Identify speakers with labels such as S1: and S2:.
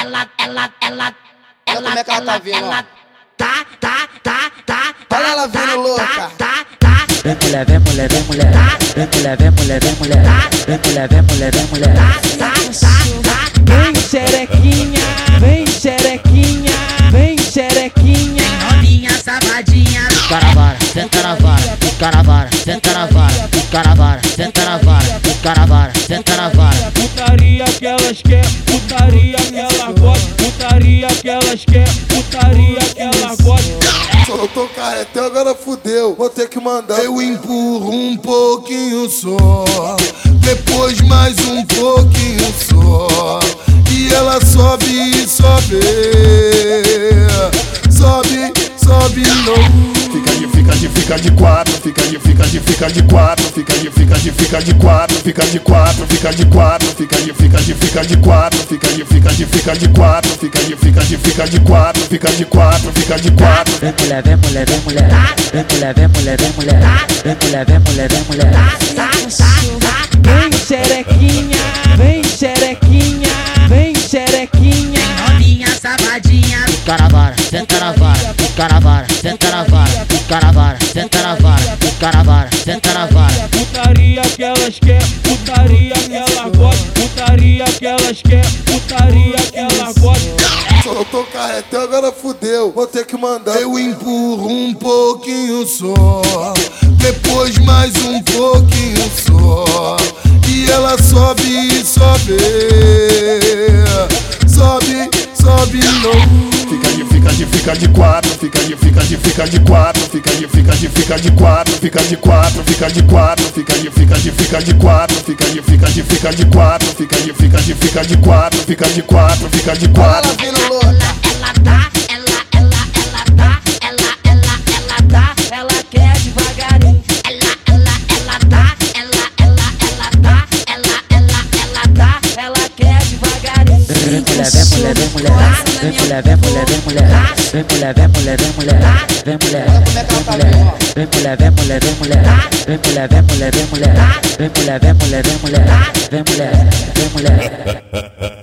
S1: ela, ela, ela,
S2: Olha como é que ela tá vindo, ó.
S1: tá, tá, tá, tá, tá,
S2: Olha ela vindo louca.
S1: tá, tá,
S3: Vem mulher, vem mulher, vem mulher. Vem mulher, vem mulher, vem mulher. Vem mulher, vem mulher, vem mulher.
S1: tá, tá, tá, tá, tá.
S4: Vem xerequinha, vem xerequinha, vem xerequinha.
S1: Novinha safadinha,
S3: Caravara, senta na vara, caravara, senta na vara, caravara, senta na vara, caravara, senta na vara.
S4: Putaria que elas quer, putaria que elas gosta, putaria que elas quer, putaria que elas gosta.
S2: Soltou carretel, agora fudeu. Vou ter que mandar.
S5: Eu empurro um pouquinho só, depois mais um pouquinho só. E ela sobe e sobe, sobe, sobe, não.
S6: Fica de, fica de, fica de quatro, fica de, fica de, fica de quatro, fica de, fica de, fica de quatro, fica de quatro, fica de quatro, fica de, fica de, fica de quatro, fica de, fica de, fica de quatro, fica de, fica de, fica de quatro, fica de quatro, fica de quatro.
S3: Vem mulher, vem mulher, vem mulher. Vem mulher, vem mulher, vem mulher. Vem mulher, vem mulher, vem mulher.
S1: tá, tá, tá, tá, tá.
S4: Vem xerequinha, vem xerequinha, vem xerequinha.
S1: Novinha safadinha,
S3: Caravara, senta na vara, caravara, senta na vara, caravara, senta na vara, caravara, senta na vara.
S4: Putaria que elas quer, putaria que elas gosta, putaria que elas quer, putaria que elas gosta.
S2: Soltou carretel, agora fudeu. Vou ter que mandar.
S5: Eu empurro um pouquinho só, depois mais um pouquinho só. E ela sobe e sobe, sobe, sobe, não.
S6: Fica de, fica de, fica de quatro, fica de, fica de, fica de quatro, fica de, fica de, fica de quatro, fica de quatro, fica de quatro, fica de, fica de, fica de quatro, fica de, fica de, fica de quatro, fica de, fica de, fica de quatro, fica de quatro, fica de
S2: Olha
S6: quatro.
S2: ela vindo louca.
S1: ela tá, ela, ela, ela tá, ela, ela, ela tá, ela quer devagarinho. Ela, ela, ela tá, ela, ela, ela tá, ela, ela, ela tá, ela quer devagarinho.
S3: Vem mulher, vem mulher, vem mulher. Vem mulher, vem mulher, vem mulher. Vem mulher, vem mulher, vem mulher. Vem mulher, vem mulher, vem mulher, vem mulher. Vem mulher, vem mulher, vem mulher. Vem mulher, vem mulher, vem mulher. Vem mulher, vem mulher.